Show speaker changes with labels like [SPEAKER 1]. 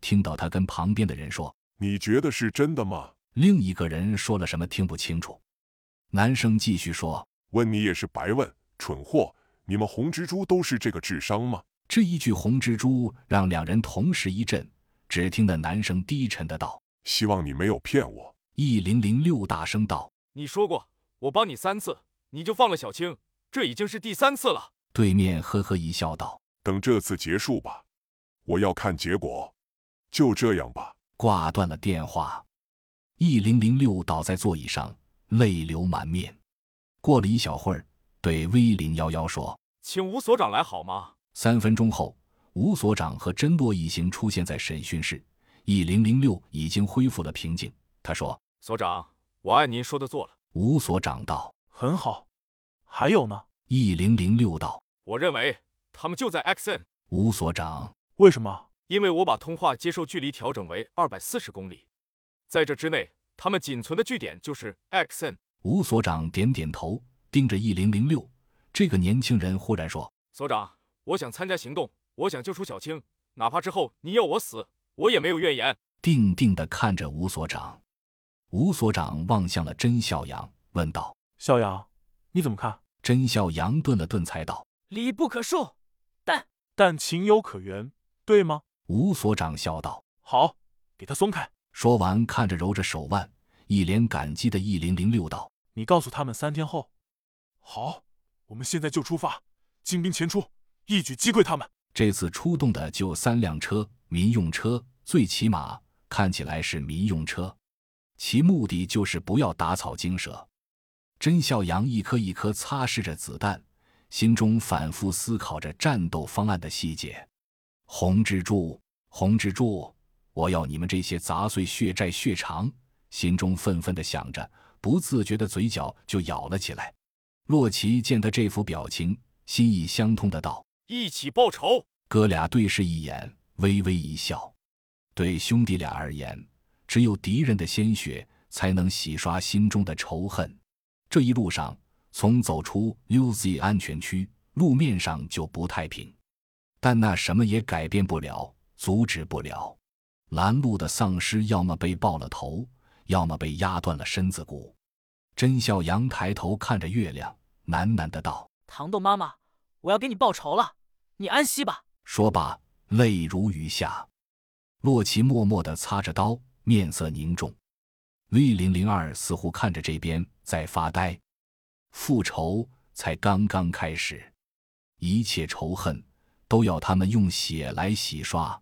[SPEAKER 1] 听到他跟旁边的人说，
[SPEAKER 2] 你觉得是真的吗？
[SPEAKER 1] 另一个人说了什么听不清楚。男生继续说
[SPEAKER 2] 问你也是白问，蠢货！你们红蜘蛛都是这个智商吗？
[SPEAKER 1] 这一句“红蜘蛛”让两人同时一震，只听得男生低沉的道
[SPEAKER 2] 希望你没有骗我。：“
[SPEAKER 1] 一零零六大声道。”
[SPEAKER 3] 你说过我帮你三次，你就放了小青，这已经是第三次了。
[SPEAKER 1] 对面呵呵一笑道
[SPEAKER 2] 等这次结束吧，我要看结果。就这样吧。：“
[SPEAKER 1] 挂断了电话。”一零零六倒在座椅上，泪流满面。过了一小会儿，对 V 零幺幺说
[SPEAKER 3] 请吴所长来好吗？：“
[SPEAKER 1] 三分钟后，吴所长和甄洛一行出现在审讯室。一零零六已经恢复了平静。他说
[SPEAKER 3] 所长，我按您说的做了。：‘
[SPEAKER 1] 吴所长道。
[SPEAKER 4] 很好。还有呢？’
[SPEAKER 1] 一零零六道。
[SPEAKER 3] 我认为他们就在 XN，
[SPEAKER 1] 吴所长
[SPEAKER 4] 为什么？
[SPEAKER 3] 因为我把通话接收距离调整为二百四十公里，在这之内，他们仅存的据点就是 XN。
[SPEAKER 1] 吴所长点点头，盯着一零零六。这个年轻人忽然说
[SPEAKER 3] 所长，我想参加行动，我想救出小青，哪怕之后你要我死，我也没有怨言。：‘
[SPEAKER 1] 定定地看着吴所长。’吴所长望向了甄小阳，问道。”
[SPEAKER 4] 小杨，你怎么看？
[SPEAKER 1] 甄笑阳顿了顿，才道
[SPEAKER 5] 理不可恕。
[SPEAKER 4] 但情有可原，对吗？：“
[SPEAKER 1] 吴所长笑道。
[SPEAKER 4] 好，给他松开。”
[SPEAKER 1] 说完，看着揉着手腕、一脸感激的一零零六道
[SPEAKER 4] 你告诉他们三天后。好，我们现在就出发，精兵前出，一举击溃他们。：“
[SPEAKER 1] 这次出动的就三辆车，民用车，最起码看起来是民用车，其目的就是不要打草惊蛇。”甄笑阳一颗一颗擦拭着子弹，心中反复思考着战斗方案的细节。红蜘蛛，红蜘蛛，我要你们这些杂碎血债血偿！心中愤愤地想着，不自觉的嘴角就咬了起来。洛奇见他这副表情，心意相通的道
[SPEAKER 3] 一起报仇！：“
[SPEAKER 1] 哥俩对视一眼，微微一笑。对兄弟俩而言，只有敌人的鲜血才能洗刷心中的仇恨。这一路上，从走出 UZ 安全区，路面上就不太平，但那什么也改变不了，阻止不了。拦路的丧尸要么被爆了头，要么被压断了身子骨。甄小阳抬头看着月亮，喃喃的道
[SPEAKER 5] 糖豆妈妈，我要给你报仇了，你安息吧。：“
[SPEAKER 1] 说罢，泪如雨下。”洛奇默默的擦着刀，面色凝重。V 零零二似乎看着这边在发呆，复仇才刚刚开始，一切仇恨都要他们用血来洗刷。